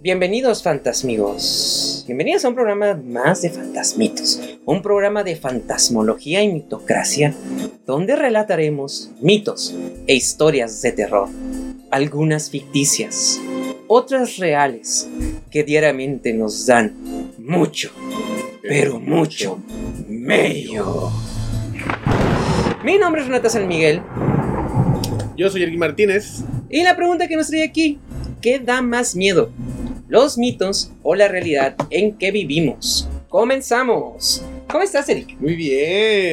Bienvenidos fantasmigos. Bienvenidos a un programa más de fantasmitos. Un programa de fantasmología y mitocracia donde relataremos mitos e historias de terror. Algunas ficticias, otras reales que diariamente nos dan mucho, pero mucho medio. Mi nombre es Renata San Miguel Yo soy Elgui Martínez. y la pregunta que nos trae aquí, ¿qué da más miedo? ¿Los mitos o la realidad en que vivimos? Comenzamos. ¿Cómo estás, Eric? Muy bien.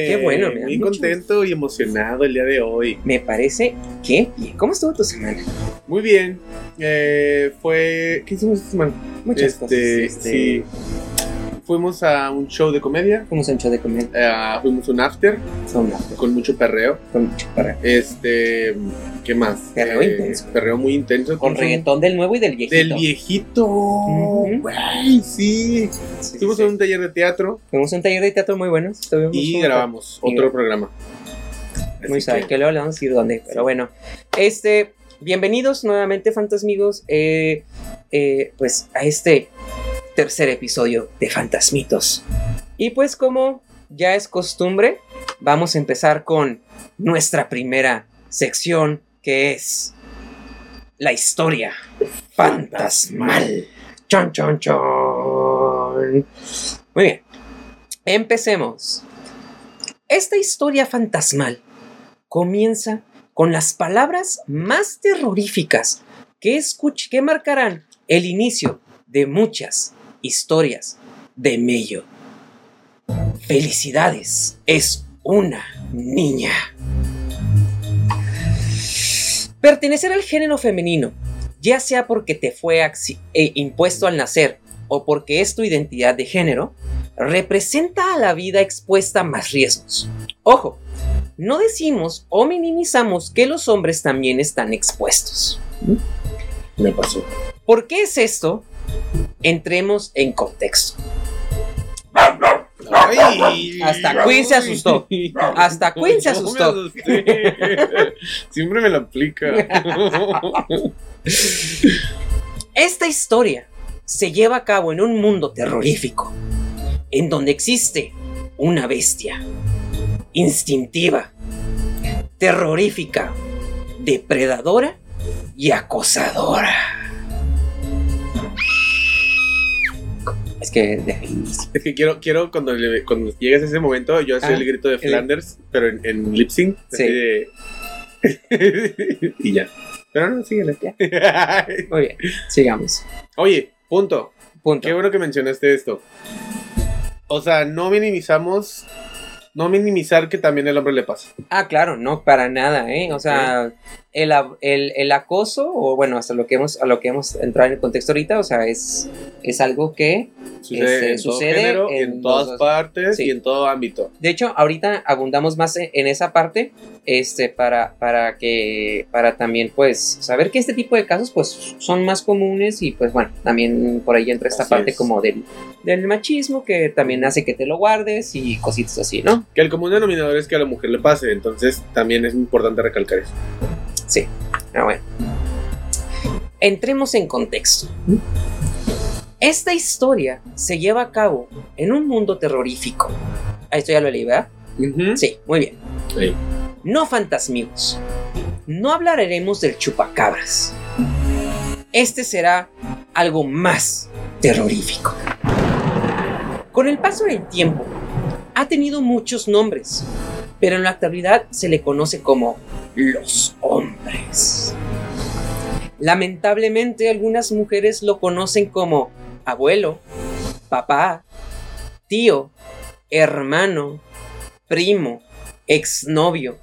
Qué bueno, me da Muy mucho contento y emocionado el día de hoy. Me parece que bien. ¿Cómo estuvo tu semana? Muy bien. Eh, fue. ¿Qué hicimos esta semana? Muchas Este, cosas. este, Sí. Fuimos a un show de comedia. Fuimos a un show de comer eh, fuimos a un after con, con mucho perreo. con mucho para- Este. ¿Qué más? Eh, Perreo intenso. Perreo muy intenso. con reggaetón del nuevo y del viejito. Del viejito. Ujú. Güey, sí. Sí, sí, Fuimos sí. a un taller de teatro Fuimos a un taller de teatro muy bueno. estuvimos y un- grabamos Y otro programa. Muy Así sabe, que- que luego le vamos a decir dónde, pero bueno. Este, bienvenidos nuevamente, fantasmigos, eh, eh, pues a este tercer episodio de Fantasmitos. Y pues como ya es costumbre, vamos a empezar con nuestra primera sección, que es la historia fantasmal. Chon, chon, chon. Muy bien, empecemos. Esta historia fantasmal comienza con las palabras más terroríficas que, escuch- que marcarán el inicio de muchas historias de Mello. Felicidades, es una niña. Pertenecer al género femenino, ya sea porque te fue axi- e impuesto al nacer o porque es tu identidad de género, representa a la vida expuesta a más riesgos. Ojo, no decimos o minimizamos que los hombres también están expuestos. Me pasó. ¿Por qué es esto? Entremos en contexto. Ay. Hasta Queen se asustó. Hasta Queen se Yo me asustó. asusté. Siempre me lo aplica. Esta historia se lleva a cabo en un mundo terrorífico, en donde existe una bestia instintiva, terrorífica, depredadora y acosadora. Es que es que quiero, quiero cuando, le- cuando llegues a ese momento, yo hacer Ah, el grito de el- Flanders, pero en, en lip sync. así Sí. de- y ya. Pero no, síguele. Muy bien, sigamos. Oye, punto. Punto. Qué bueno que mencionaste esto. O sea, no minimizamos. No minimizar que también al hombre le pasa. Ah, claro, no, para nada, ¿eh? O sea, el, ab- el- el acoso, o bueno, hasta lo que hemos, a lo que hemos entrado en el contexto ahorita, o sea, es, es algo que, Este, Sucede en todo sucede género, en en, todas todos- partes sí. y en todo ámbito. de hecho, ahorita abundamos más e, en, en esa parte, este, para, para que, para también, pues, saber que este tipo de casos, pues, son más comunes y, pues, bueno, también por ahí entra esta Así parte es. como del, del machismo, que también hace que te lo guardes y cositas así, ¿no? Que el común denominador es que a la mujer le pase, entonces también es importante recalcar eso. Ah, bueno. Entremos en contexto. Esta historia se lleva a cabo en un mundo terrorífico. Ah, Esto ya lo leí, ¿verdad? Sí, muy bien. Sí. No fantasmigos. No hablaremos del chupacabras. Este será algo más terrorífico. Con el paso del tiempo, ha tenido muchos nombres, pero en la actualidad se le conoce como los hombres. Lamentablemente algunas mujeres lo conocen como abuelo, papá, tío, hermano, primo, exnovio,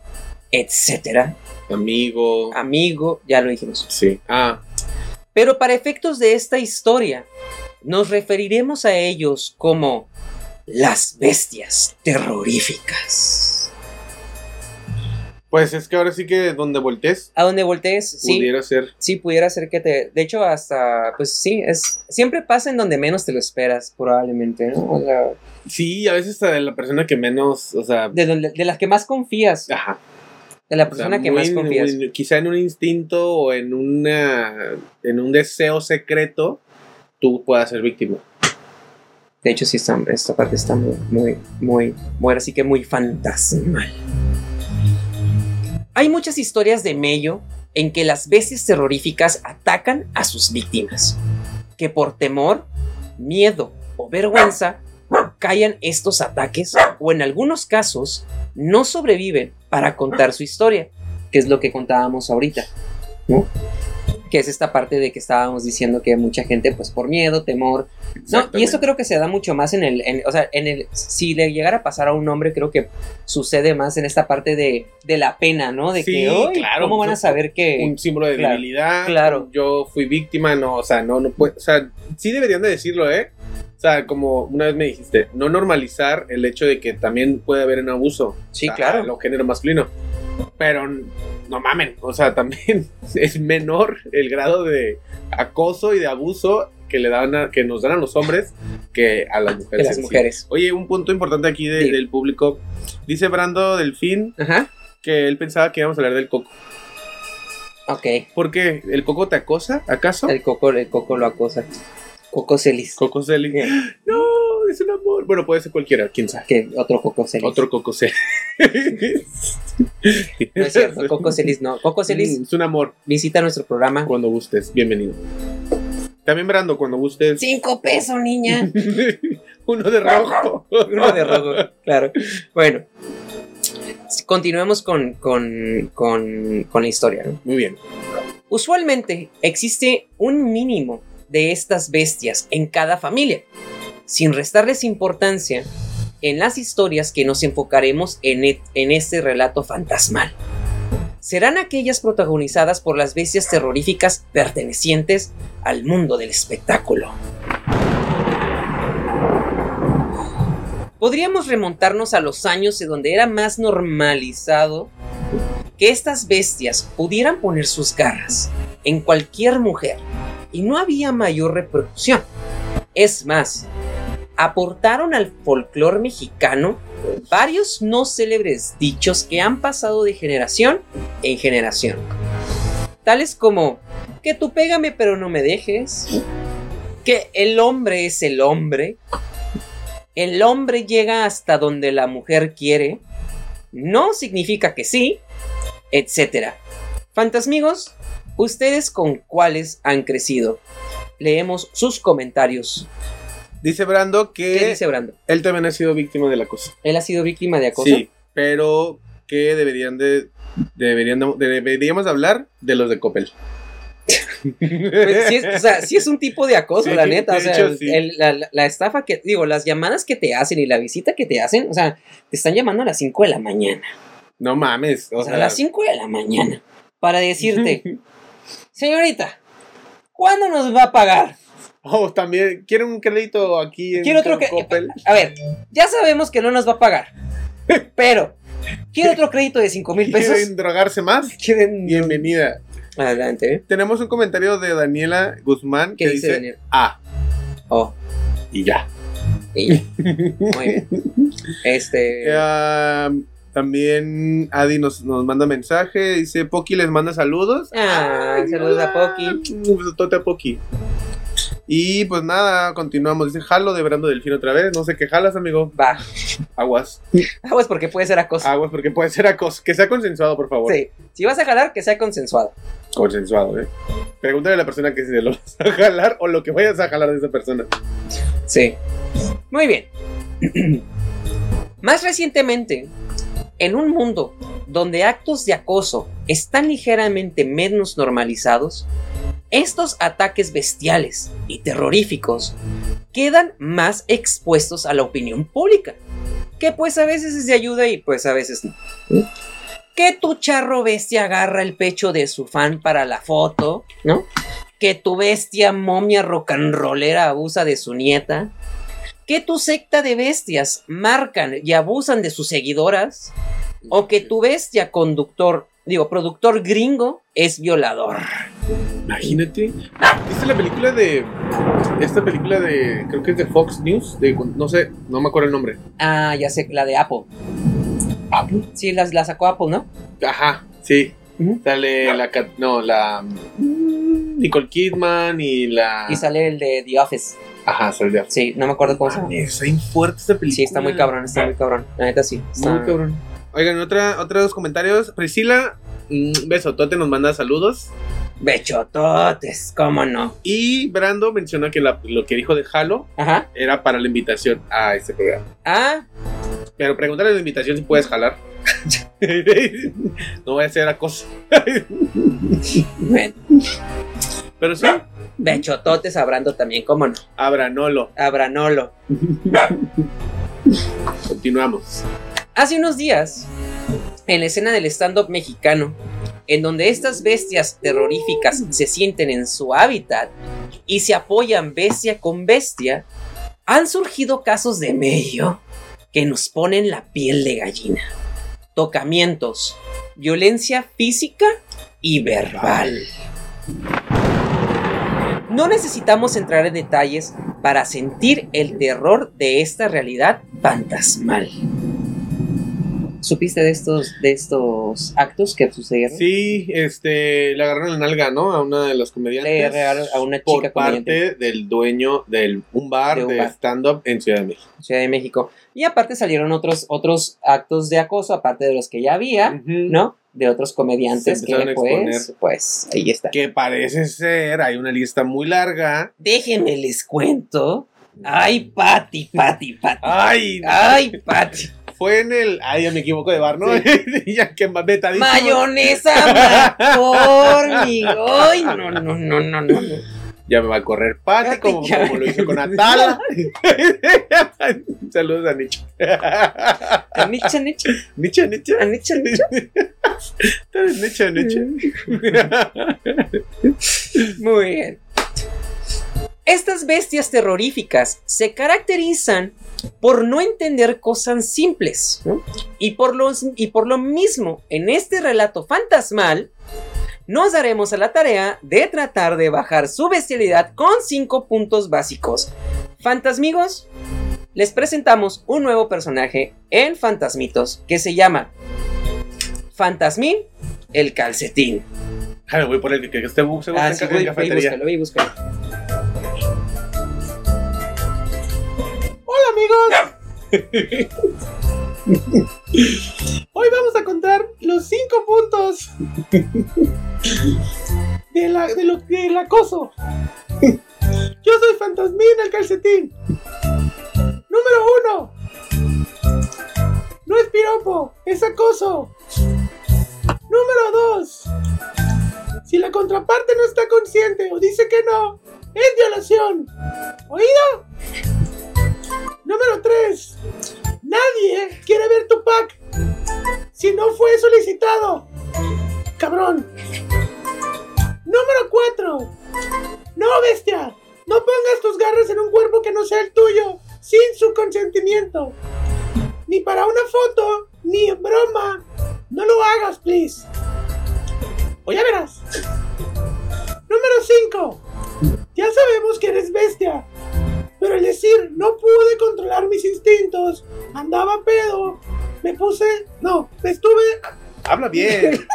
etcétera, Amigo. Ah. amigo, ya lo dijimos. Sí. Ah, Pero para efectos de esta historia, nos referiremos a ellos como las bestias terroríficas. pues es que ahora sí que donde voltees A donde voltees, sí, pudiera ser. sí pudiera ser que te, de hecho hasta, pues sí, es siempre pasa en donde menos te lo esperas, probablemente, ¿no? O sea, Sí, a veces hasta de la persona que menos, o sea, de, donde- de las que más confías, ajá. de la O sea, persona que Ah, muy- más confías. muy- quizá en un instinto o en una en un deseo secreto tú puedas ser víctima. De hecho, sí, está, esta parte está muy, muy, muy, muy, ahora sí que muy fantasmal. Hay muchas historias de Mello en que las bestias terroríficas atacan a sus víctimas, que por temor, miedo o vergüenza callan estos ataques o en algunos casos no sobreviven para contar su historia, que es lo que contábamos ahorita, ¿no? Que es esta parte de que estábamos diciendo que mucha gente, pues por miedo, temor. No, y eso creo que se da mucho más en el. en- o sea, en el. Si le llegara a pasar a un hombre, creo que sucede más en esta parte de, de la pena, ¿no? De Sí, que, "Ay, claro, ¿cómo van a pues, saber que.? Un símbolo de Claro, debilidad. claro. Yo fui víctima, no, o sea, no, no puede. O sea, sí deberían de decirlo, ¿eh? O sea, como una vez me dijiste, no normalizar el hecho de que también puede haber un abuso. Sí, o sea, claro. Lo género masculino. Pero n- no mamen, o sea, también es menor el grado de acoso y de abuso que le dan a- que nos dan a los hombres que a las de mujeres. las en sí. mujeres. Oye, un punto importante aquí de- Sí. del público. Dice Brando Delfín Ajá. que él pensaba que íbamos a hablar del coco. Ok. ¿Por qué? ¿El coco te acosa, acaso? El coco, el coco lo acosa. Coco Celis. Coco Celis. Bien. No, es un amor. Bueno, puede ser cualquiera, quién sabe. Que otro Coco Celis. Otro Coco Celis. No es cierto, Coco Celis no. Coco Celis Mm, Es un amor. visita nuestro programa. Cuando gustes, bienvenido. También Brando, cuando gustes. Cinco pesos, niña. Uno de rojo. Uno de rojo, claro. Bueno, continuemos con, con, con, con la historia. ¿no? Muy bien. Usualmente existe un mínimo de estas bestias en cada familia. Sin restarles importancia en las historias que nos enfocaremos en, e- en este relato fantasmal. Serán aquellas protagonizadas por las bestias terroríficas pertenecientes al mundo del espectáculo. Podríamos remontarnos a los años en donde era más normalizado que estas bestias pudieran poner sus garras en cualquier mujer y no había mayor repercusión. Es más, aportaron al folclore mexicano varios no célebres dichos que han pasado de generación en generación. Tales como que tú pégame pero no me dejes, que el hombre es el hombre, el hombre llega hasta donde la mujer quiere, no significa que sí, etcétera. Fantasmigos, ¿ustedes con cuáles han crecido? Leemos sus comentarios. Dice Brando que ¿Qué dice Brando? él también ha sido víctima del acoso. ¿Él ha sido víctima de acoso? Sí, pero que deberían de. Deberían de- deberíamos hablar de los de Coppel. Pues sí es, o sea, sí es un tipo de acoso, Sí, la neta. de O sea, hecho, sí. el- la, la- la estafa que, digo, las llamadas que te hacen y la visita que te hacen, o sea, te están llamando a las 5 de la mañana. No mames. O, O sea, sea, a las 5 de la mañana. Para decirte, señorita, ¿cuándo nos va a pagar? Oh, también. Quiero un crédito aquí en Quiero otro que- Coppel. A ver, ya sabemos que no nos va a pagar, pero quiero otro crédito de 5 mil pesos. ¿Quieren drogarse más? Quieren- Bienvenida. Adelante, ¿eh? Tenemos un comentario de Daniela Guzmán ¿Qué que dice dice, Daniel? ah, Oh, y ya. y- muy bien. Este. Ah, también Adi nos, nos manda mensaje, dice Poki les manda saludos. Ah, Ay, saludos hola. a Poki. Un besotote a Poki. Y pues nada, continuamos. Dice Jalo de Brando Delfín otra vez. No sé qué jalas, amigo. Va. Aguas. Ah, pues porque puede ser acoso. Aguas, porque puede ser acoso. Que sea consensuado, por favor. Sí. Si vas a jalar, que sea consensuado. Consensuado, eh. Pregúntale a la persona que si lo vas a jalar o lo que vayas a jalar de esa persona. Sí. Muy bien. Más recientemente, en un mundo donde actos de acoso están ligeramente menos normalizados, estos ataques bestiales y terroríficos quedan más expuestos a la opinión pública, que pues a veces es de ayuda y pues a veces no. Que tu charro bestia agarra el pecho de su fan para la foto, ¿no? Que tu bestia momia rocanrolera abusa de su nieta. Que tu secta de bestias marcan y abusan de sus seguidoras. O que tu bestia conductor, digo, productor gringo es violador. Imagínate. ¿Viste la película de. Esta película de. Creo que es de Fox News. De, no sé, no me acuerdo el nombre. Ah, ya sé, la de Apple. ¿Apple? Sí, la, la sacó Apple, ¿no? Ajá, sí. Ujú. Sale la. cat- No, la. mm, Nicole Kidman y la. Y sale el de The Office. Ajá, Sally Jaffe. Sí, no me acuerdo cómo se llama. Mames, Está bien fuerte esta película. Sí, está muy cabrón, está muy cabrón. La neta sí. está- Ah. Muy cabrón. Oigan, otra, otros comentarios. Priscila, mm, besotote, nos manda saludos. Bechototes, cómo no. Y Brando menciona que la- lo que dijo de Halo Ajá. era para la invitación a este programa. Ah, Pero pregúntale a la invitación si puedes jalar. no voy a hacer acoso. bueno, Pero sí, bechototes a Brando también, cómo no. Abranolo. A Branolo. Continuamos. Hace unos días, en la escena del stand-up mexicano, en donde estas bestias terroríficas se sienten en su hábitat y se apoyan bestia con bestia, han surgido casos de medio que nos ponen la piel de gallina. Tocamientos, violencia física y verbal. No necesitamos entrar en detalles para sentir el terror de esta realidad fantasmal. ¿Supiste de estos, de estos actos que sucedieron? Sí, este, le agarraron la nalga, ¿no? A una de las Le comediantes. regalaron a una por chica comediante parte del dueño de un bar De de, un bar. stand-up en Ciudad de México. en Ciudad de México. Y aparte salieron otros, otros actos de acoso, aparte de los que ya había, Ujú. Ah, ¿no? De otros Se comediantes que empezaron a pues, exponer. pues ahí está. Que parece ser, hay una lista muy larga. Déjenme les cuento. Ay, Pati, Pati, Pati. Ay, Ay, Pati. fue en el. Ay, ya me equivoco de bar, ¿no? Sí. ya que más vetadísimo. Mayonesa McCormick. Ay, no, no, no, no, no. no. Ya me va a correr Pati, Pati, como, ya como me- lo hizo con Atala. Saludos a Nietzsche. Anicha, anicha, Nietzsche, Nietzsche. anicha, anicha. Tú eres Nietzsche, Nietzsche. Muy bien. Estas bestias terroríficas se caracterizan por no entender cosas simples. ¿no? Y, por los, y por lo mismo, en este relato fantasmal, nos daremos a la tarea de tratar de bajar su bestialidad con cinco puntos básicos. Fantasmigos, les presentamos un nuevo personaje en Fantasmitos que se llama Fantasmín el Calcetín. Déjame, voy por el que, que este bug se va a Ah, sí, encargar en güey, ve y cafetería. búscalo, ve y búscalo. Hola, amigos. Hoy vamos a contar los cinco puntos de la- de lo- del acoso. Yo soy Fantasmín el calcetín. Número uno. No es piropo, es acoso. Número dos. Si la contraparte no está consciente o dice que no, es violación. ¿Oído? Número tres. Nadie quiere ver tu pack si no fue solicitado. Cabrón. Número cuatro. No, bestia. No pongas tus garras en un cuerpo que no sea el tuyo, sin su consentimiento. Ni para una foto, ni en broma. No lo hagas, please. O ya verás. Número 5. Ya sabemos que eres bestia. Pero el decir no pude controlar mis instintos, andaba pedo, me puse. No, me estuve. Habla bien.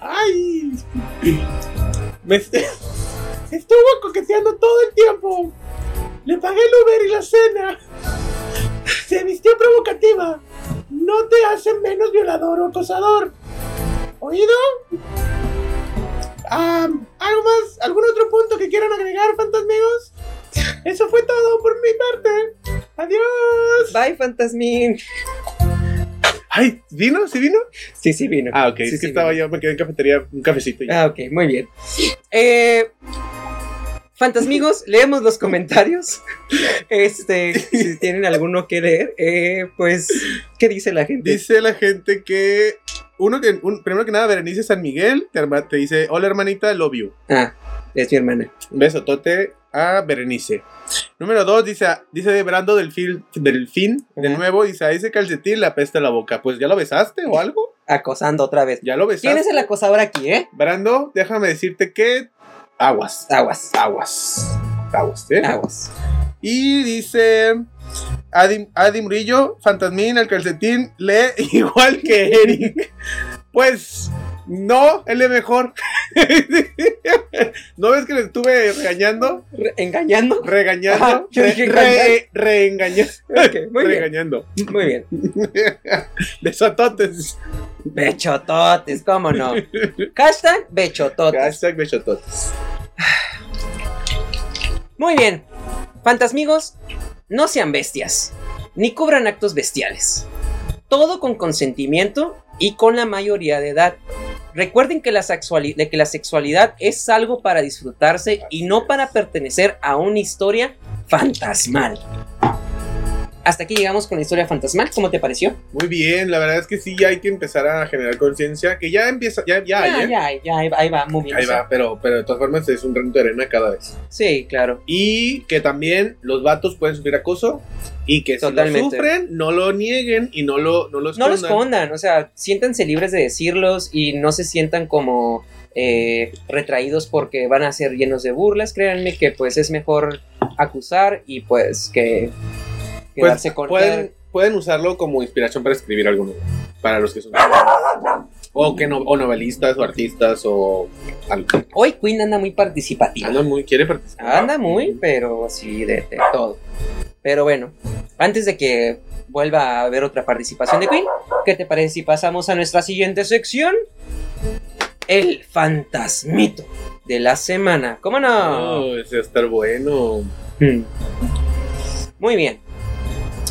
Ay. Me est- estuvo coqueteando todo el tiempo. Le pagué el Uber y la cena. Se vistió provocativa. No te hace menos violador o acosador. ¿Oído? Ah, ¿Algo más? ¿Algún otro punto que quieran agregar, fantasmigos? Eso fue todo por mi parte. Adiós. Bye, Fantasmín. Ay, ¿vino? ¿Sí vino? Sí, sí vino. Ah, ok. Sí, es que sí estaba vino. yo, me quedé en cafetería, un cafecito. ya. Ah, ok, muy bien. Eh, Fantasmigos, leemos los comentarios. Este, si tienen alguno que leer, eh, pues, ¿qué dice la gente? Dice la gente que. Uno que un- primero que nada, Berenice San Miguel te, arma- te dice: Hola hermanita, love you. Ah, es mi hermana. Un besotote a Berenice. Número dos, dice, dice de Brando del fin, del fin de Ajá. nuevo, dice, a ese calcetín le apesta la boca. Pues ya lo besaste o algo. Acosando otra vez. Ya lo ¿Quién besaste. es el acosador aquí, eh? Brando, déjame decirte que aguas. Aguas. Aguas. Aguas, ¿eh? Aguas. Y dice Adi, Adi Murillo, Fantasmín, el calcetín, lee igual que Eric. Pues no, él es mejor. ¿No ves que le estuve regañando? Re- ¿Engañando? Regañando. Ajá, yo re- dije re- reengañando. Ok, muy bien. regañando. Muy bien. De sototes. Bechototes, cómo no. Hashtag bechototes. Hashtag besototes. Muy bien. Fantasmigos, no sean bestias, ni cubran actos bestiales. Todo con consentimiento y con la mayoría de edad. Recuerden que la, sexuali- de que la sexualidad es algo para disfrutarse y no para pertenecer a una historia fantasmal. Hasta aquí llegamos con la historia fantasmal. ¿Cómo te pareció? Muy bien, la verdad es que sí, ya hay que empezar a generar conciencia. Que ya empieza, ya, ya, hay, Ah, ¿eh? ya, ya, ahí va- ahí va, muy bien. Ahí o sea, va, pero, pero de todas formas es un granito de arena cada vez. Sí, claro. Y que también los vatos pueden sufrir acoso y que si Totalmente. lo sufren, no lo nieguen y no lo, no lo No escondan. lo escondan, o sea, siéntanse libres de decirlos y no se sientan como eh, retraídos porque van a ser llenos de burlas. Créanme que pues es mejor acusar y pues que Pues, quedarse con pueden, pueden usarlo como inspiración para escribir alguno. Para los que son. O, que no, o novelistas o artistas o. algo. Hoy Queen anda muy participativa. Anda muy, quiere participar. Anda muy, pero así de, de todo. Pero bueno, antes de que vuelva a haber otra participación de Queen, ¿qué te parece si pasamos a nuestra siguiente sección? El fantasmito de la semana. ¿Cómo no? No, Oh, ese va a estar bueno. Hmm. Muy bien.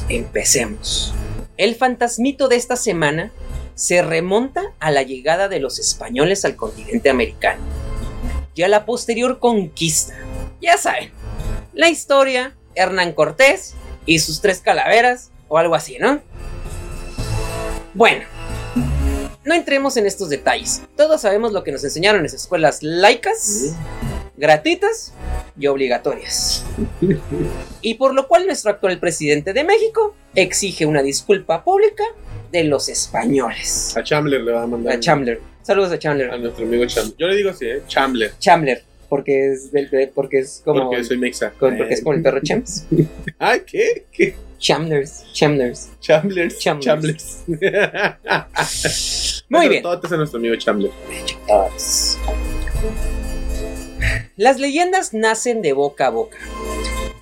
Empecemos. El fantasmito de esta semana se remonta a la llegada de los españoles al continente americano y a la posterior conquista. Ya saben, la historia, Hernán Cortés y sus tres calaveras o algo así, ¿no? Bueno, no entremos en estos detalles. Todos sabemos lo que nos enseñaron en las escuelas laicas, gratuitas y obligatorias y por lo cual nuestro actual presidente de México exige una disculpa pública de los españoles. A Chamler le va a mandar. A Chandler. Saludos a A Chandler. nuestro amigo Chamler. Yo le digo así, ¿eh? Chamler. Chandler, porque es del de- porque es como Porque soy mexa. con- porque es como el perro Champs. Ay, ¿qué? ¿Qué? Chamblers, Chamblers. Chamblers. Chamblers. Chamblers. Muy bien. Todos a nuestro amigo Chamler. Las leyendas nacen de boca a boca,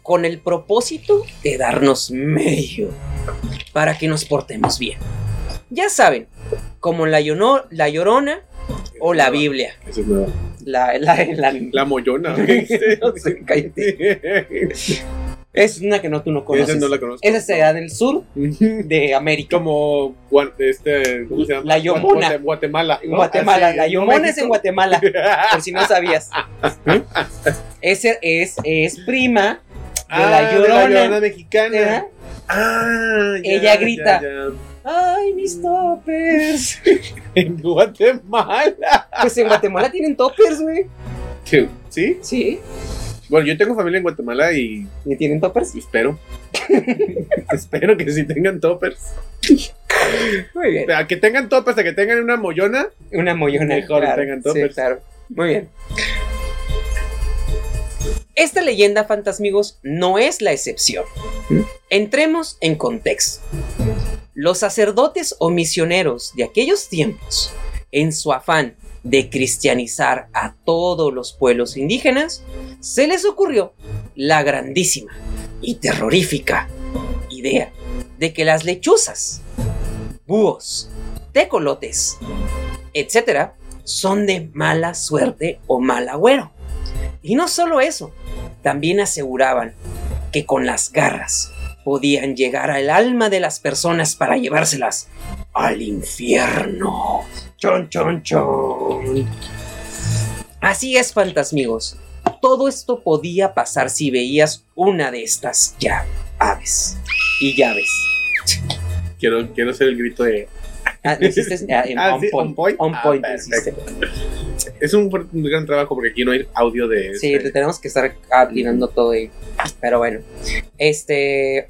con el propósito de darnos medio para que nos portemos bien. Ya saben, como la, llono- la llorona o la Biblia. Esa es nueva. La, la, la- La mollona. No sé, cállate. es una que no tú no conoces. Esa no la conozco. Esa se da del sur de América. como Guan- este, ¿cómo se llama? La Yomona. Guate- Guatemala. En ¿no? Guatemala, Ah, sí, la ¿no? Yomona es México. ¿Eh? en Guatemala, por si no sabías. Ese es, es prima. Ah, de la Llorona. mexicana. ¿verdad? Ah, ya, Ella grita. ya, ya. Ay, mis toppers. En Guatemala. Pues en Guatemala tienen toppers, güey. Sí, ¿Sí? Sí. Bueno, yo tengo familia en Guatemala y ¿Y tienen toppers? espero. espero que sí tengan toppers. Muy bien. A que tengan toppers, a que tengan una mollona. Una mollona. Mejor claro, tengan sí, toppers. claro. Muy bien. Esta leyenda, fantasmigos, no es la excepción. Entremos en contexto. Los sacerdotes o misioneros de aquellos tiempos, en su afán de cristianizar a todos los pueblos indígenas, se les ocurrió la grandísima y terrorífica idea de que las lechuzas, búhos, tecolotes, etcétera, son de mala suerte o mal agüero. Y no solo eso, también aseguraban que con las garras podían llegar al alma de las personas para llevárselas al infierno. Chon, chon, chon. Así es, fantasmigos. Todo esto podía pasar si veías una de estas ya aves y llaves. Quiero, quiero hacer el grito de. Ah, ¿lo hiciste? Ah, en- Ah, on, sí, point, on point. on Ah, point lo hiciste. perfecto. Es un, fuert- un gran trabajo porque aquí no hay audio de. Sí, este- le tenemos que estar aplicando todo ahí. Pero bueno. Este.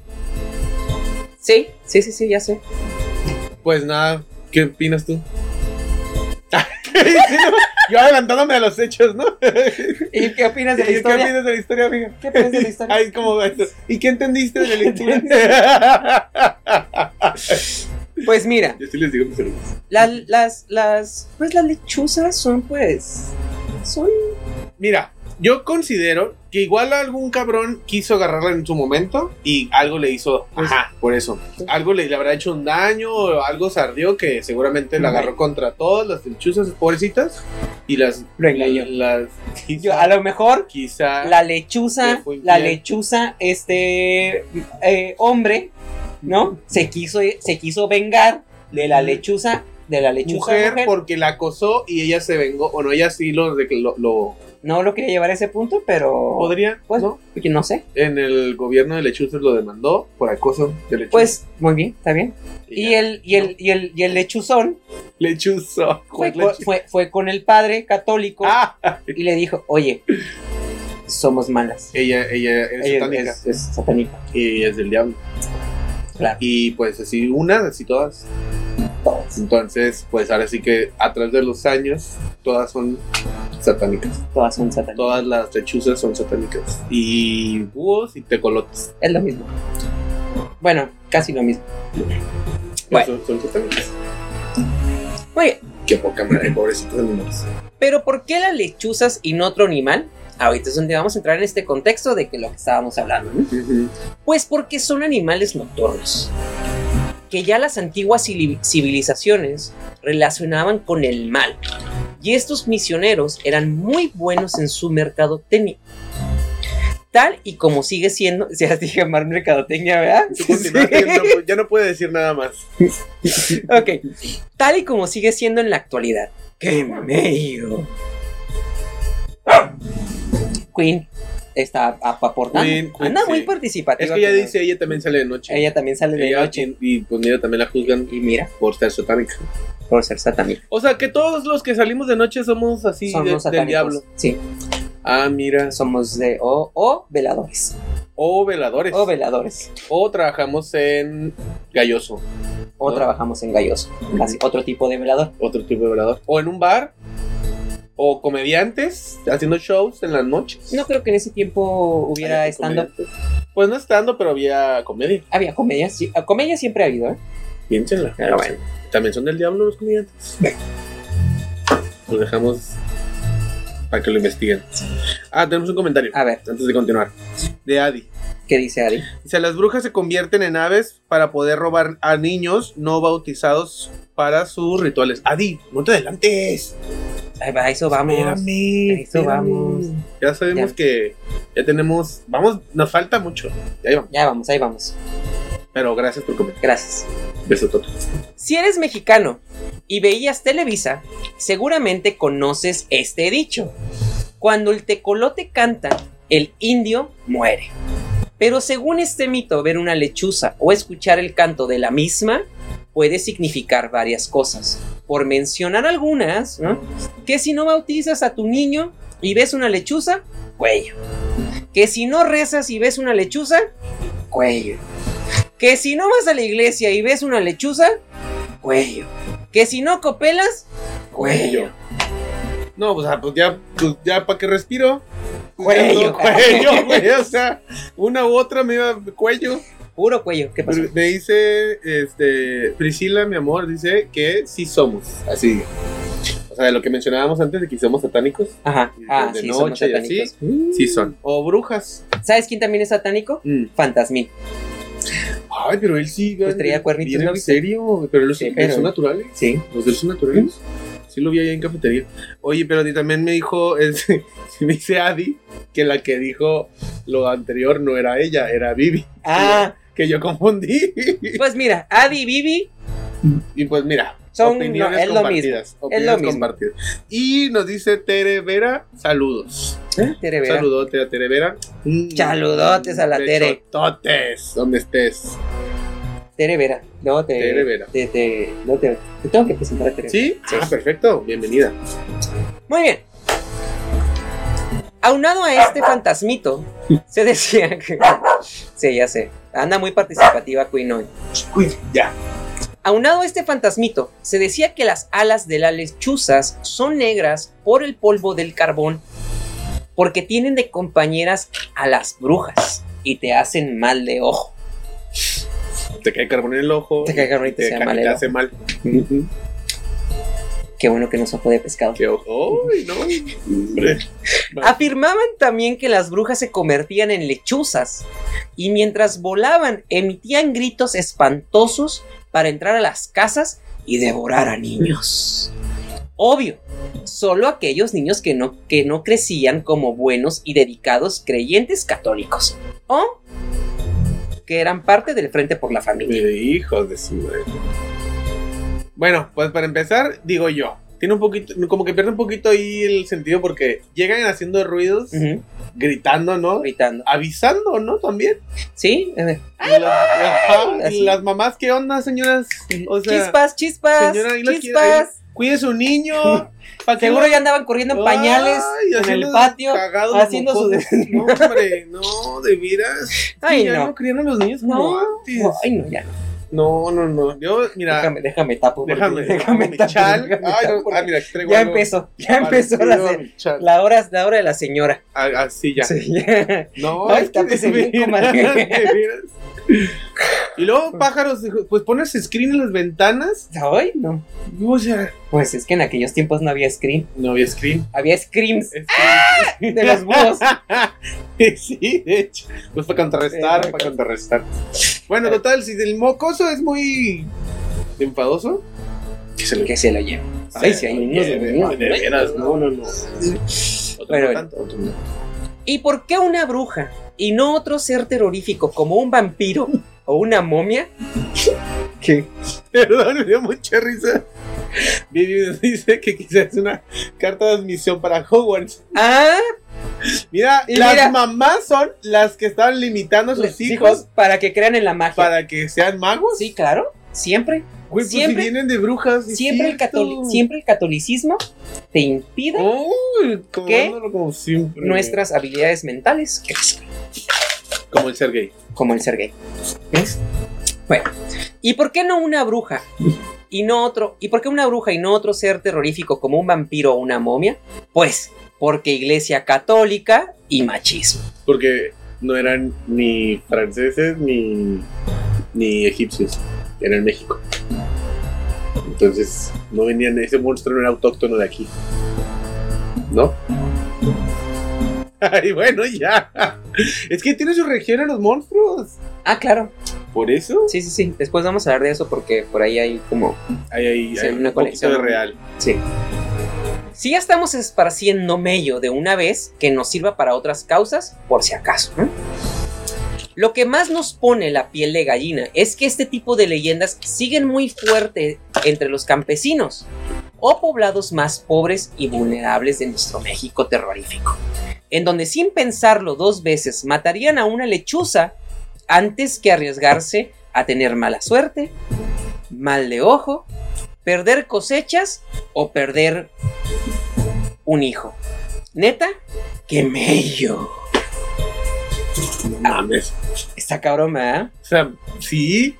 Sí, sí, sí, sí, ya sé. Pues nada, ¿qué opinas tú? Sí, ¿no? Yo adelantándome a los hechos, ¿no? ¿Y qué opinas de la ¿Y ¿Qué historia? opinas de la historia, amiga? ¿Qué opinas de la historia? Ay, como esto. ¿Y qué entendiste de la historia? Pues mira, Yo sí les digo mis hermanos. la- las, las. Pues las lechuzas son pues. Son mira, yo considero que igual algún cabrón quiso agarrarla en su momento y algo le hizo, Pues ajá, por eso. Algo le, le habrá hecho un daño o algo se ardió que seguramente la agarró contra todas las lechuzas pobrecitas y las... Lo engañó. Las, Yo, quizá, a lo mejor quizá la lechuza, Le fue la bien. lechuza, este eh, hombre, ¿no? Se quiso, se quiso vengar de la Ujú. lechuza, de la lechuza mujer, mujer. porque la acosó y ella se vengó, o no, ella sí lo... de- lo, lo- No lo quería llevar a ese punto, pero podría, pues- ¿no? porque no sé. En el gobierno de lechuzas lo demandó por acoso de lechuzas. Pues muy bien, está bien. Y ya. el, y el, y el, y el lechuzón Lechuzo. fue, Juan co- Lechu- fue, fue con el padre católico Ah, y le dijo, oye, somos malas. ella, ella es Ella satánica. es, es satánica, Y ella es del diablo. claro. Y pues así unas, así todas. Todas, Entonces, pues ahora sí que a través de los años, todas son satánicas. todas son satánicas. Todas las lechuzas son satánicas. Y búhos y tecolotes. Es lo mismo. Bueno, casi lo mismo. Bueno. Son, son satánicas. Muy bien. Qué poca madre, pobrecitos animales. Pero ¿por qué las lechuzas y no otro animal? Ahorita es donde vamos a entrar en este contexto de que lo que estábamos hablando. ¿no? Ujú. Pues porque son animales nocturnos, que ya las antiguas civili- civilizaciones relacionaban con el mal. Y estos misioneros eran muy buenos en su mercadotecnia. Tal y como sigue siendo, se hace llamar mercadotecnia, ¿verdad? Tú continuaste, no pu- ya no puede decir nada más. Ok. Tal y como sigue siendo en la actualidad. ¡Qué medio! Queen está ap- aportando. Queen, Queen, Anda muy sí. participativa. Es que ella como- dice, ella también sale de noche. Ella también sale de Ella- noche. Y, y, pues mira, también la juzgan Y mira, por ser satánica. por ser satánico. O sea, que todos los que salimos de noche somos así de- somos del satánicos. diablo. Sí, Ah, mira. somos de. O, o veladores. O veladores. O veladores. o trabajamos en galloso. O ¿No? trabajamos en gallos. Así, otro tipo de velador. Otro tipo de velador. O en un bar. O comediantes haciendo shows en las noches. No creo que en ese tiempo hubiera Había estando. comediantes. Pues no estando, pero había comedia. Había comedias. sí, ah, comedias siempre ha habido, ¿eh? Piénsenla. Pero bueno. También son del diablo los comediantes. Los dejamos para que lo investiguen. Ah, tenemos un comentario. A ver, Antes de continuar. De Adi. ¿qué dice Ari? Dice, las brujas se convierten en aves para poder robar a niños no bautizados para sus rituales. Adi, no te adelantes. Ay, va, a eso vamos. Ah, Espérame, a eso espérame. vamos. Ya sabemos Ya. que ya tenemos, vamos, nos falta mucho. Ya vamos. Ya vamos, ahí vamos. Pero gracias por comentar. Gracias. Beso Toto. Si eres mexicano y veías Televisa, seguramente conoces este dicho. Cuando el tecolote canta, el indio muere. Pero según este mito, ver una lechuza o escuchar el canto de la misma puede significar varias cosas. Por mencionar algunas, ¿no? que si no bautizas a tu niño y ves una lechuza, cuello. Que si no rezas y ves una lechuza, cuello. Que si no vas a la iglesia y ves una lechuza, cuello. Que si no copelas, cuello. No, o sea, pues ya, pues ya para que respiro. Cuello. Cuello, güey. O sea, una u otra me iba cuello. Puro cuello. ¿Qué pasó? Me dice, este, Priscila, mi amor, dice que sí somos, así. O sea, de lo que mencionábamos antes de que somos satánicos, Ajá. Ah, de sí, noche somos y así, satánicos. Mm. sí son. O brujas. ¿Sabes quién también es satánico? Mm. Fantasmín. Ay, pero él sí, Pues traía bien- cuernitos, bien ¿no en viste? serio, pero los Sí, los pero- son naturales. Sí. Los de los son naturales. Sí lo vi allá en cafetería. Oye, pero ni también me dijo, este, me dice Adi, que la que dijo lo anterior no era ella, era Vivi, Ah, que yo confundí. pues mira, Adi y Vivi Y pues mira, Son- opiniones no, es lo compartidas. opiniones mismo. compartidas. Y nos dice Tere Vera, saludos. Tere Vera. Saludote a Tere Vera. Mm, Saludotes a la Tere. besototes, donde estés. Tere Vera. Luego te, Tere Vera. Te, te- luego te- te tengo que presentar a Tere Vera. ¿Sí? Ah, perfecto. Bienvenida. Muy bien. Aunado a este fantasmito, se decía que... Sí, ya sé. Anda muy participativa Queen hoy. Ya. Aunado a este fantasmito, se decía que las alas de las lechuzas son negras por el polvo del carbón, porque tienen de compañeras a las brujas y te hacen mal de ojo. Te cae carbón en el ojo. Te cae carbón y te hace ca- mal el hace mal. Qué bueno que no son ojo de pescado. Qué ojo. Ay, no. Hombre. Afirmaban también que las brujas se convertían en lechuzas y mientras volaban emitían gritos espantosos para entrar a las casas y devorar a niños. Obvio, solo aquellos niños que no, que no crecían como buenos y dedicados creyentes católicos o que eran parte del Frente por la Familia. Mire, hijos de su madre. Bueno, pues para empezar, digo yo. Tiene un poquito, como que pierde un poquito ahí el sentido porque llegan haciendo ruidos, Ujú, gritando, ¿no? Gritando. Avisando, ¿no? También. Sí, eh, Y la- ajá, y Así. las mamás, ¿qué onda, señoras? O sea, chispas, chispas, señora, ahí la quiere- chispas. cuide su niño. pa' que Seguro no- ya andaban corriendo en pañales Ay, en el haciendo patio. cagados haciendo su- mocosos. No, hombre, no, de veras. Ay, ya no. no. crían a los niños como No, antes. No, ay, no, ya no. No, no, no. Yo, mira, Déjame, déjame tapo. porque- déjame, déjame mi tapo, chal. déjame Ay, no, tapo, porque ah, mira, traigo Ya algo empezó, ya empezó parecido la, a se- mi chal. la hora, la hora de la señora. Ah, Así ya. Sí, ya. No, Ay, pues es que tápese bien, de veras, comadre. de veras. Y luego pájaros, hijo, pues pones screen en las ventanas. Ay, no. O sea, Pues es que en aquellos tiempos no había scream, no había screen. había screams Screen. Eh. de los búhos. sí, de hecho. Pues para contrarrestar, Sí, para contrarrestar. Bueno, total, si el mocoso es muy enfadoso, que se lo que se lo lleva. Ay, si hay unos de- de- unos de- de veras, no, no, no. Otro Bueno, no bueno. tanto, otro no. ¿Y por qué una bruja y no otro ser terrorífico como un vampiro o una momia? ¿Qué? Perdón, me dio mucha risa. Vivi nos dice que quizás es una carta de admisión para Hogwarts. Ah, Mira, Y las mira. mamás son las que están limitando a sus los hijos, pues, hijos para que crean en la magia. para que sean magos. Sí, claro, siempre. Güey, pues Siempre- si vienen de brujas. sí es Siempre el, cierto. catoli- siempre el catolicismo te Oh, impide Uy, como ¿Qué? dándolo como siempre. nuestras habilidades mentales crezcan, Como el ser gay. como el ser gay. ¿Ves? Bueno, ¿y por qué no una bruja y no otro? ¿Y por qué una bruja y no otro ser terrorífico como un vampiro o una momia? Pues porque iglesia católica y machismo. Porque no eran ni franceses ni, ni egipcios. Eran México. Entonces, no venían. Ese monstruo no era autóctono de aquí. ¿No? Ay, bueno, ya. Es que tiene su región a los monstruos. Ah, claro. ¿Por eso? Sí, sí, sí. Después vamos a hablar de eso porque por ahí hay como... Hay, hay, Sí, hay hay una un poquito conexión. de real. Si ya estamos esparciendo mello de una vez, que nos sirva para otras causas, por si acaso. ¿eh? Lo que más nos pone la piel de gallina es que este tipo de leyendas siguen muy fuerte entre los campesinos o poblados más pobres y vulnerables de nuestro México terrorífico, en donde sin pensarlo dos veces matarían a una lechuza antes que arriesgarse a tener mala suerte, mal de ojo, perder cosechas o perder un hijo. Neta, qué mello. No mames. Está cabrón, ¿verdad? O sea, sí.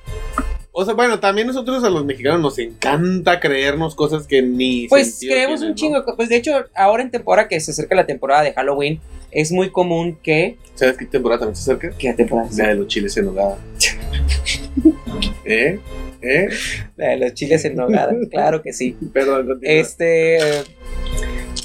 O sea, bueno, también nosotros a los mexicanos nos encanta creernos cosas que ni. Pues sentido creemos tienen, un ¿no? chingo. de co- Pues de hecho, ahora en temporada que se acerca la temporada de Halloween, es muy común que. ¿Sabes qué temporada también se acerca? ¿Qué temporada? La de los chiles en nogada. ¿Eh? ¿Eh? La de los chiles en nogada. claro que sí. Perdón, continúa. Este. eh,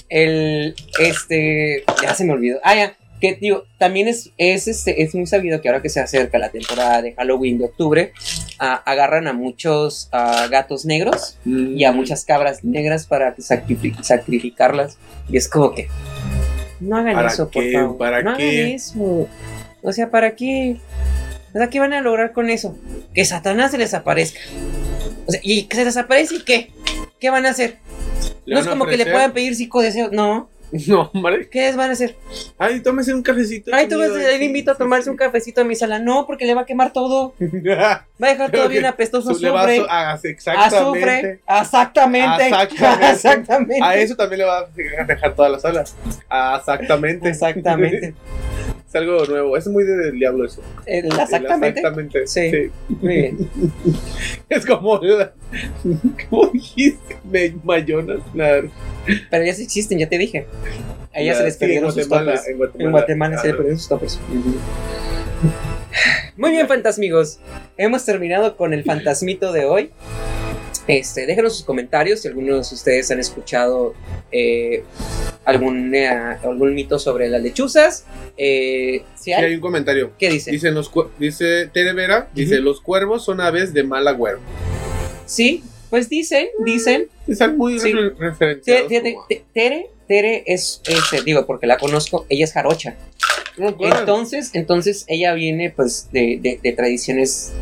El. Este. Ya se me olvidó. Ah, ya. Que, tío, también es, es, este, es muy sabido que ahora que se acerca la temporada de Halloween de octubre, ah, agarran a muchos ah, gatos negros Mm. y a muchas cabras negras para sacrifi- sacrificarlas. Y es como que. No hagan ¿Para eso, qué? por favor. ¿Para no hagan qué? eso. O sea, ¿para qué? O sea, ¿qué van a lograr con eso? Que Satanás se les aparezca. O sea, ¿y que se les aparece y qué? ¿Qué van a hacer? Le no es van a como que le ofrecer- puedan pedir cinco deseos, no. No, hombre. ¿Qué les van a hacer? Ay, tómese un cafecito. Ay, tú vas conmigo, a- le invito a sí, tomarse sí. un cafecito a mi sala. No, porque le va a quemar todo. Va a dejar todo Creo que bien apestoso. Su- le va a Azufre. su- ah, sí, Azufre. exactamente. Exactamente. Exactamente. Exactamente. A eso también le va a dejar toda la sala. Ah, exactamente. Exactamente. es algo nuevo. Es muy del diablo eso. El- El exactamente. Exactamente. Sí. Muy bien. Es como la. ¿Cómo dijiste? Me- Mayonas. la- Pero ya sí existen, ya te dije. A ella la- se les sí, perdieron en sus Guatemala, toppers. En Guatemala, En Guatemala se les Ah, perdieron sus toppers. Muy bien, fantasmigos. Hemos terminado con el fantasmito de hoy. Este, déjenos sus comentarios si algunos de ustedes han escuchado eh, algún, eh, algún mito sobre las lechuzas. Eh, si Y hay hay, un comentario. ¿Qué dice? Dicen los cuer- dice Tere Vera, dice los cuervos son aves de mal agüero. Sí, pues dicen, dicen. Están muy Sí. refer- Te- referenciados. te- te- como- te- Tere, Tere es, este, digo, porque la conozco, ella es jarocha. No, claro. Entonces, entonces ella viene pues de, de- de tradiciones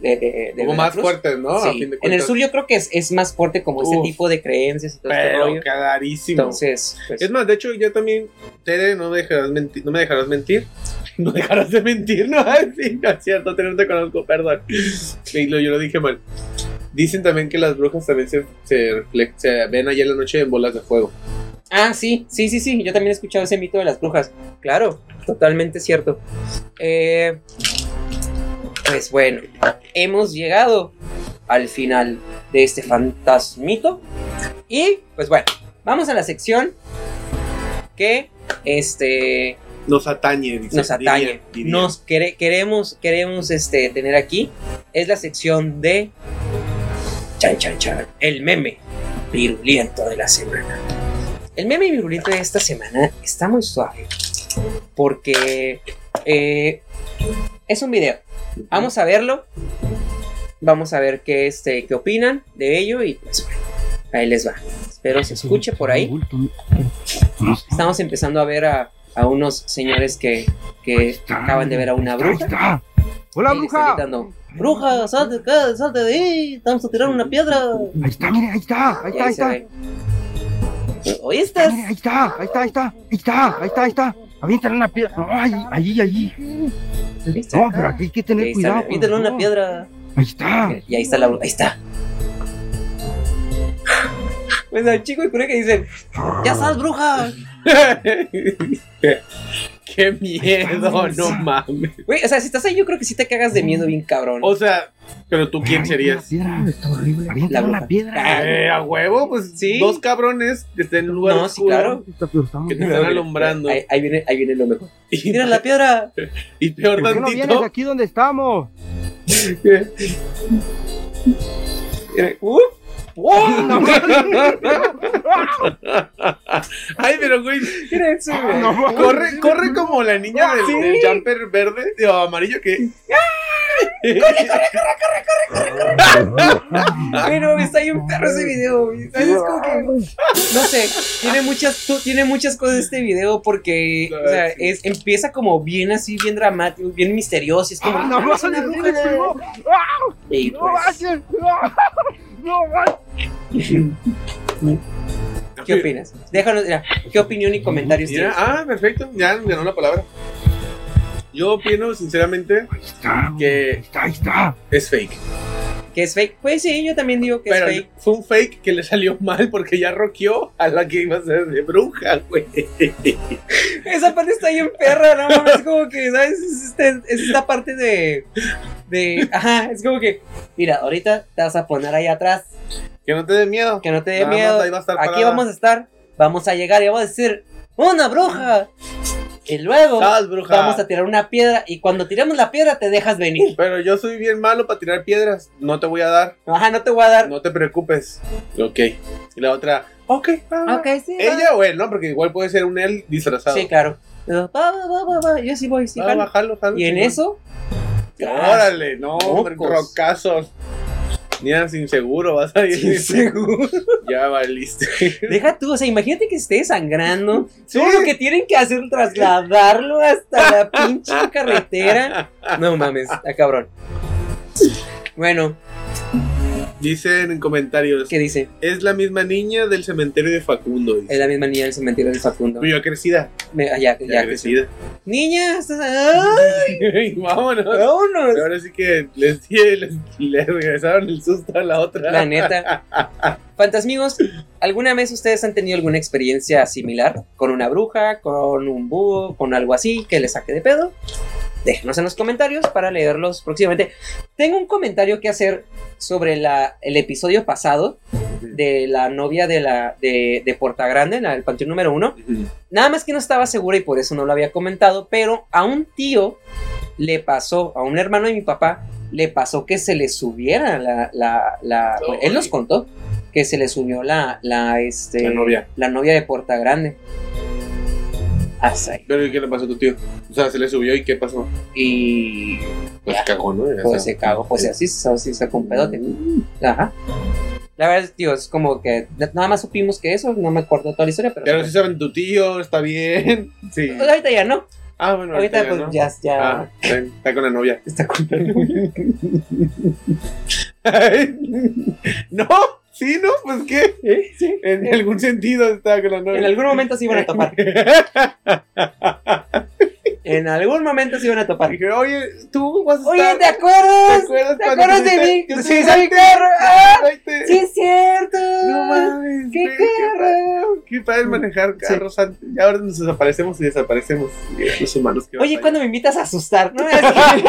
de, de- de como más Veracruz. fuertes, ¿no? Sí. A fin de En el cuentas. sur yo creo que es, es más fuerte como este Uf. tipo de creencias y todo este pero rollo. carísimo. Entonces, pues, es más, de hecho, ya también, Tere, no, dejarás menti- no me dejarás mentir. No dejarás de mentir, no, Ay, sí, no es cierto, Tere, no te conozco, perdón. Sí, lo- yo lo dije mal. Dicen también que las brujas también se, se, refle- se ven allá en la noche en bolas de fuego. Ah, sí, sí, sí, sí. Yo también he escuchado ese mito de las brujas. Claro, totalmente cierto. Eh, pues bueno, hemos llegado al final de este fantasmito. Y pues bueno, vamos a la sección que este Nos atañe, dice. nos atañe. diría- diría. Nos quere- queremos, queremos este, tener aquí. Es la sección de Chan Chan Chan. El meme virulento de la semana. El meme virulento de esta semana está muy suave. Porque eh, es un video. Vamos a verlo. Vamos a ver qué, este, qué opinan de ello. Y pues bueno, ahí les va. Espero se escuche por ahí estamos empezando a ver a, a unos señores que, que acaban de ver a una bruja. ¡Hola, y le están bruja! gritando, bruja, salte acá, salte de ahí, vamos a tirar una piedra. Ahí está, mire, ahí está, ahí Y está, ahí ahí se está. ve. ¿Oíste? Mire, ahí está, ahí está, ahí está, ahí está, ahí está, ahí está. Aviéntale una piedra. No, ahí, ahí, ahí. ¿Viste? No, pero aquí hay que Y tener ahí está, cuidado. aviéntale por una favor. piedra. Ahí está. Y ahí está la bruja, ahí está. Bueno, el Pues chico y creo que dicen, ya estás bruja. Qué miedo, no mames. Güey, o sea, si estás ahí yo creo que sí te cagas de miedo bien cabrón. O sea, pero tú quién Aviéntale serías? una piedra. La Aviéntale bruja. una piedra. Eh, a huevo, pues Sí. dos cabrones que estén en un lugar No, sí, oscuro claro. Pero estamos que te bien. están alumbrando. Ahí, ahí viene, ahí viene lo mejor. Y, Tira la piedra. y peor ¿Por qué no vienes tantito. aquí donde estamos? eh, Era, "Uh, Oh, wow, no Ay, pero güey, era eso, güey". Ah, corre, corre como la niña del, Sí. del jumper verde o amarillo que. Güey, no, está ahí un perro ese video, güey. Es ah, como que- no sé, tiene muchas, tu- tiene muchas cosas este video porque La o sea, verdad, sí. es, empieza como bien así, bien dramático, bien misterioso. y Es como, ¡Ah, no, "Ah, es una no, bruja". no, Y no, ah, pues, no, no, ¿qué opinas? Déjanos, mira, ¿qué opinión y comentarios Mira, tienes? ah, perfecto, ya me ganó la palabra. Yo opino, sinceramente, Ahí está, Que- ahí está, ahí está. es fake. ah. ¿Que es fake? Pues sí, yo también digo que Pero es fake. fue un fake que le salió mal porque ya roqueó a la que iba a ser de bruja, güey. Esa parte está ahí en perra, no mames, es como que, ¿sabes? Es, este- es esta parte de, de, ajá, es como que, mira, ahorita te vas a poner ahí atrás. Que no te dé miedo. Que no te dé Nada más miedo. ahí va a estar Aquí parada. vamos a estar. Vamos a llegar y vamos a decir, ¡una bruja! Y luego Sal, bruja. vamos a tirar una piedra y cuando tiremos la piedra te dejas venir. Pero yo soy bien malo para tirar piedras. No te voy a dar. Ajá, no te voy a dar. No te preocupes. Ok. Y la otra, ok. va. Ok, sí. va. Ella o él, ¿no? Porque igual puede ser un él disfrazado. Sí, claro. Yo, "Va, va, va, va, va". Yo sí voy, sí. Ah, jalo. bájalo, jalo, y en chingón. eso... Órale, no, hombre, Mocos. rocazos. Mira, sin seguro vas a ir. Sí, seguro. Ya valiste. Deja tú, o sea, imagínate que esté sangrando. Sí. Todo lo que tienen que hacer trasladarlo hasta la pinche carretera. No mames, está cabrón. Bueno, Dicen en comentarios. ¿qué dice? Es la misma niña del cementerio de Facundo. Es Dice. la misma niña del cementerio del Facundo. Pero ya crecida. Me- ah, ya, Ya, ya, que sí. crecida. Niña, estás. ¡Ay! Vámonos. ¡Vámonos! Ahora sí que les, di- les, le regresaron el susto a la otra. La neta. Fantasmigos, ¿alguna vez ustedes han tenido alguna experiencia similar? ¿Con una bruja? ¿Con un búho? ¿Con algo así que les saque de pedo? Déjenos en los comentarios para leerlos próximamente. Tengo un comentario que hacer sobre la, el episodio pasado de la novia de, la, de, de Porta Grande, la del panteón número uno. Ujú. Nada más que no estaba segura y por eso no lo había comentado, pero a un tío le pasó, a un hermano de mi papá, le pasó que se le subiera la... la, la- No, bueno, él nos güey. contó que se le subió la, la, este, La novia. la novia de Porta Grande. Hasta ahí. Pero ¿y qué le pasó a tu tío? O sea, se le subió y ¿qué pasó? Y Pues Ya. se cagó, ¿no? Ya pues sabe. se cagó, pues así, así sacó un pedote. Mm. Ajá. La verdad, tío, es como que nada más supimos que eso, no me acuerdo toda la historia, pero... Pero sí saben tu tío, está bien. Sí. Pues ahorita ya no, Ah, bueno, ahorita, ya, pues ¿no? ya, ya Ah, está bien, está con la novia. está con no, sí, no, pues qué. En algún sentido está con la novia. ¿Eh? En algún momento se iban a topar. En algún momento se iban a topar. Dije, oye, tú vas a Oye, estar. ¿te acuerdas? acuerdas, ¿Te cuando acuerdas de fuiste- mí? Yo te Sí, dije, soy "Ay, mi te- carro. ¡Ah! ay, te- Sí, es cierto. No mames. ¡Qué ve, padre- carro! Qué padre manejar Sí. carros antes. Y ahora nos desaparecemos y desaparecemos eh, los humanos. ¿qué va a Oye, pasar? ¿cuándo me invitas a asustar? No me hagas que-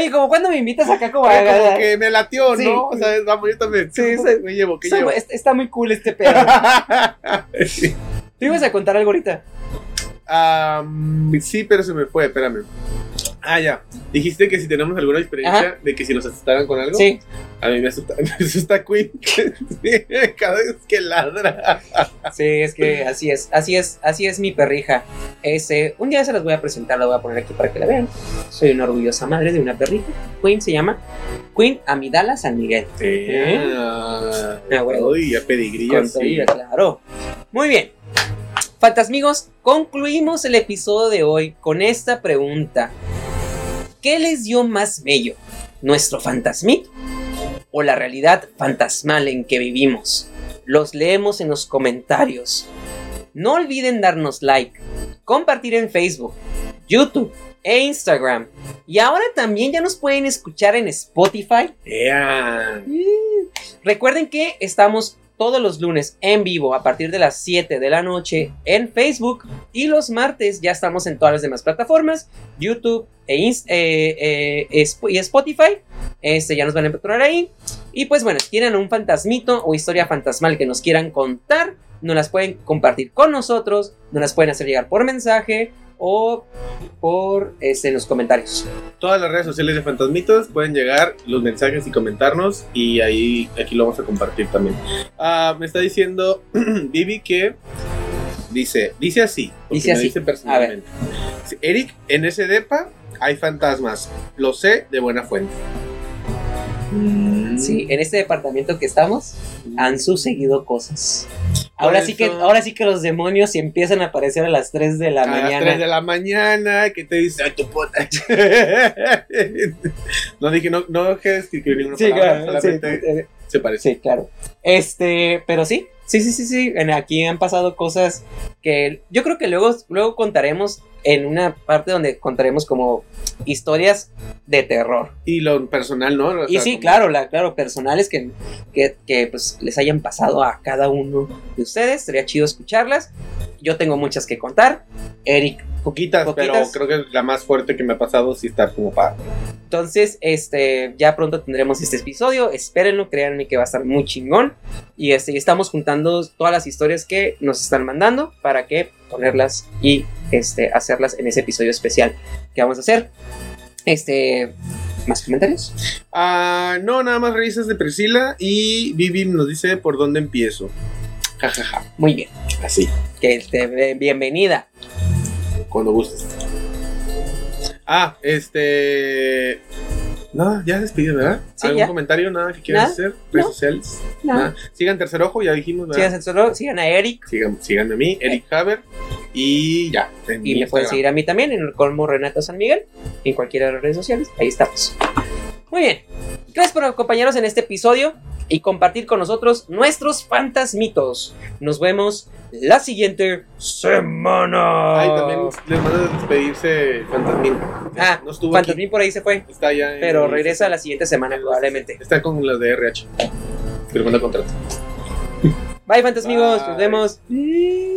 Oye, como cuando me invitas acá como a... Oye, como que me latió, Sí. ¿no? O sea, vamos, yo también. Sí, sí. me llevo, ¿qué Está, llevo? mu- es- está muy cool este pedo. Te ibas a contar algo ahorita. Am, sí, pero se me fue, espérame. Ah, ya. Dijiste que si tenemos alguna experiencia de que si nos asustaran con algo. Sí. A mí me asusta, me asusta Queen. Cada vez que ladra. Sí, es que así es, así es, así es mi perrija. Ese, un día se las voy a presentar, la voy a poner aquí para que la vean. Soy una orgullosa madre de una perrija. Queen se llama Queen Amidala San Miguel. Ah, Ah, bueno. Uy, a pedigrillo Con sí. todo, claro. Muy bien. Fantasmigos, concluimos el episodio de hoy con esta pregunta. ¿Qué les dio más bello? ¿Nuestro fantasmito? ¿O la realidad fantasmal en que vivimos? Los leemos en los comentarios. No olviden darnos like, compartir en Facebook, YouTube e Instagram. Y ahora también ya nos pueden escuchar en Spotify Ea. Recuerden que estamos todos los lunes en vivo a partir de las 7 de la noche en Facebook y los martes ya estamos en todas las demás plataformas, YouTube e Ins- eh, eh, Sp- y Spotify. Este, ya nos van a encontrar ahí. Y pues bueno, si tienen un fantasmito o historia fantasmal que nos quieran contar, nos las pueden compartir con nosotros, nos las pueden hacer llegar por mensaje o por este, en los comentarios. Todas las redes sociales de Fantasmitos pueden llegar los mensajes y comentarnos. Y ahí aquí lo vamos a compartir también. Ah, me está diciendo Vivi que dice, dice así. porque Dice me así. Dice personalmente. Dice, Eric, en ese depa hay fantasmas. Lo sé de buena fuente. Mm. Sí, en este departamento que estamos, han sucedido cosas. Ahora Por sí, que, eso- ahora sí que los demonios sí empiezan a aparecer a las 3 de la a las 3 de mañana. la mañana que te dice, ay, tu puta. no dije, no, no que escribir ninguna Sí, palabra, claro, sí, solamente eh, se parece. sí, claro. Este, pero sí, sí, sí, sí, sí. en- aquí han pasado cosas que yo creo que luego, luego contaremos en una parte donde contaremos como historias de terror. Y lo personal, ¿no? O Y sea, sí, como- claro, la, claro, personales que, que, que, pues, les hayan pasado a cada uno de ustedes. Sería chido escucharlas. Yo tengo muchas que contar. Eric, Poquitas, Poquitas. pero creo que la más fuerte que me ha pasado sí está como para. Entonces, este, ya pronto tendremos este episodio. Espérenlo, créanme que va a estar muy chingón. Y este, estamos juntando todas las historias que nos están mandando para que ponerlas y este, hacerlas en ese episodio especial que vamos a hacer. Este, ¿más comentarios? Ah, no, nada más risas de Priscila y Vivi nos dice por dónde empiezo. Jajaja, Muy bien. así, Que este, be- bienvenida. cuando gustes. Ah, este. No, ya despide, ¿verdad? Sí, ¿Algún ya. comentario? ¿Nada que quieras Nada. hacer? ¿Redes No. sociales? No. Nada. Sigan Tercer Ojo, ya dijimos, ¿verdad? Sigan, al solo- sigan a Eric Sigan, síganme a mí, Eric Haber. Y ya. en y mi me pueden Instagram. seguir a mí también en el colmo Renato San Miguel en cualquiera de las redes sociales. Ahí estamos. Muy bien. Gracias por acompañarnos en este episodio y compartir con nosotros nuestros fantasmitos. Nos vemos la siguiente semana. Ay, también les mando a despedirse Fantasmín. Ah, no estuvo aquí. Fantasmín por ahí se fue, Está allá en- pero regresa la siguiente semana probablemente. Está con la de RH. Firmando contrato. Bye, fantasmigos. Nos Bye. vemos.